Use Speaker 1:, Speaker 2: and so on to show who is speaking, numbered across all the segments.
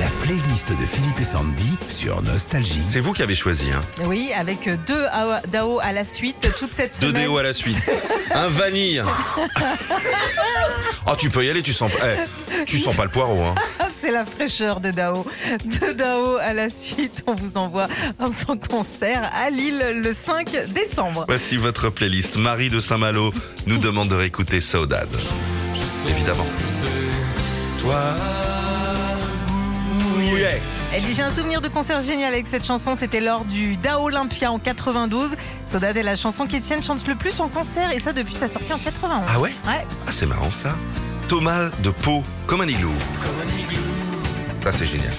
Speaker 1: La playlist de Philippe et Sandy sur Nostalgie.
Speaker 2: C'est vous qui avez choisi, hein
Speaker 3: Oui, avec deux A- DAO à la suite toute cette
Speaker 2: Deux
Speaker 3: semaine.
Speaker 2: déos à la suite. Un vanille. Oh, tu peux y aller, tu sens pas. eh, tu sens pas le poireau, hein
Speaker 3: Ah, C'est la fraîcheur de DAO. Deux DAO à la suite. On vous envoie un son concert à Lille le 5 décembre.
Speaker 2: Voici votre playlist. Marie de Saint-Malo nous demande de réécouter Saudade. Évidemment. Toi. mouillé.
Speaker 3: Elle dit J'ai un souvenir de concert génial avec cette chanson. C'était lors du DAO Olympia en 92. Sodade est la chanson qu'Étienne chante le plus en concert et ça depuis sa sortie en 91.
Speaker 2: Ah ouais
Speaker 3: Ouais,
Speaker 2: Ah, c'est marrant ça. Thomas de Pau, comme un igloo. Ça, c'est génial.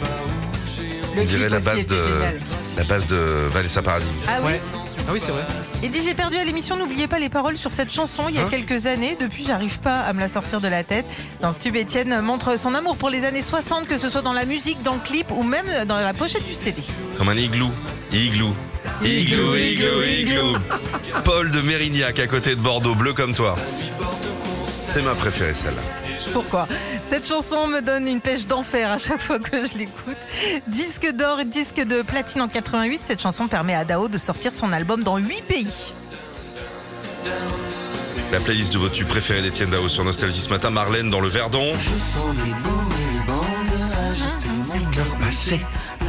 Speaker 3: le
Speaker 2: On dirait
Speaker 3: clip
Speaker 2: la
Speaker 3: aussi
Speaker 2: base
Speaker 3: était
Speaker 2: de
Speaker 3: génial.
Speaker 2: la base de Vanessa Paradis.
Speaker 3: Ah oui.
Speaker 4: Ah oui, c'est vrai.
Speaker 3: Et dit j'ai perdu à l'émission, n'oubliez pas les paroles sur cette chanson il y a
Speaker 2: Hein
Speaker 3: quelques années. Depuis, j'arrive pas à me la sortir de la tête. Dans ce tube, Étienne montre son amour pour les années 60, que ce soit dans la musique, dans le clip ou même dans la pochette du CD.
Speaker 2: Comme un igloo. Igloo. Igloo, igloo, igloo. Paul de Mérignac à côté de Bordeaux, bleu comme toi. C'est ma préférée celle-là.
Speaker 3: Pourquoi Cette chanson me donne une pêche d'enfer à chaque fois que je l'écoute. Disque d'or et disque de platine en 88, cette chanson permet à Dao de sortir son album dans 8 pays.
Speaker 2: La playlist de vos tubes préférés d'Étienne Dao sur Nostalgie ce matin, Marlène dans le Verdon.
Speaker 5: Je sens les boum et les bangs agiter mon cœur blessé.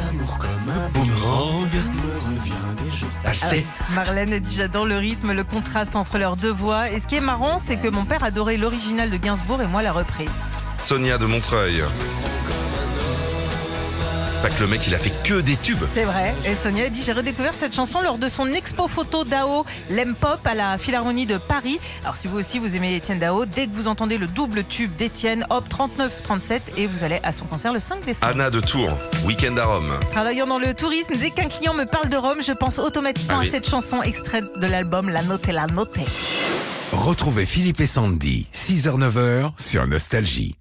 Speaker 5: L'amour comme un boomerang me revient des jours
Speaker 1: Ah,
Speaker 5: passés.
Speaker 3: Ah, Marlène dit j'adore le rythme, le contraste entre leurs deux voix. Et ce qui est marrant, c'est que mon père adorait l'original de Gainsbourg et moi la reprise.
Speaker 2: Sonia de Montreuil. Pas que le mec il a fait que des tubes.
Speaker 3: C'est vrai. Et Sonia dit j'ai redécouvert cette chanson lors de son expo photo Dao Lem Pop à la Philharmonie de Paris. Alors si vous aussi vous aimez Étienne Dao, dès que vous entendez le double tube d'Étienne, hop 39 37 et vous allez à son concert le 5 décembre.
Speaker 2: Anna de Tours, Week-end à Rome.
Speaker 3: Travaillant dans le tourisme, dès qu'un client me parle de Rome, je pense automatiquement
Speaker 2: Ah oui.
Speaker 3: à cette chanson extraite de l'album La Note et la Note.
Speaker 1: Retrouvez Philippe et Sandy, 6h-9h sur Nostalgie.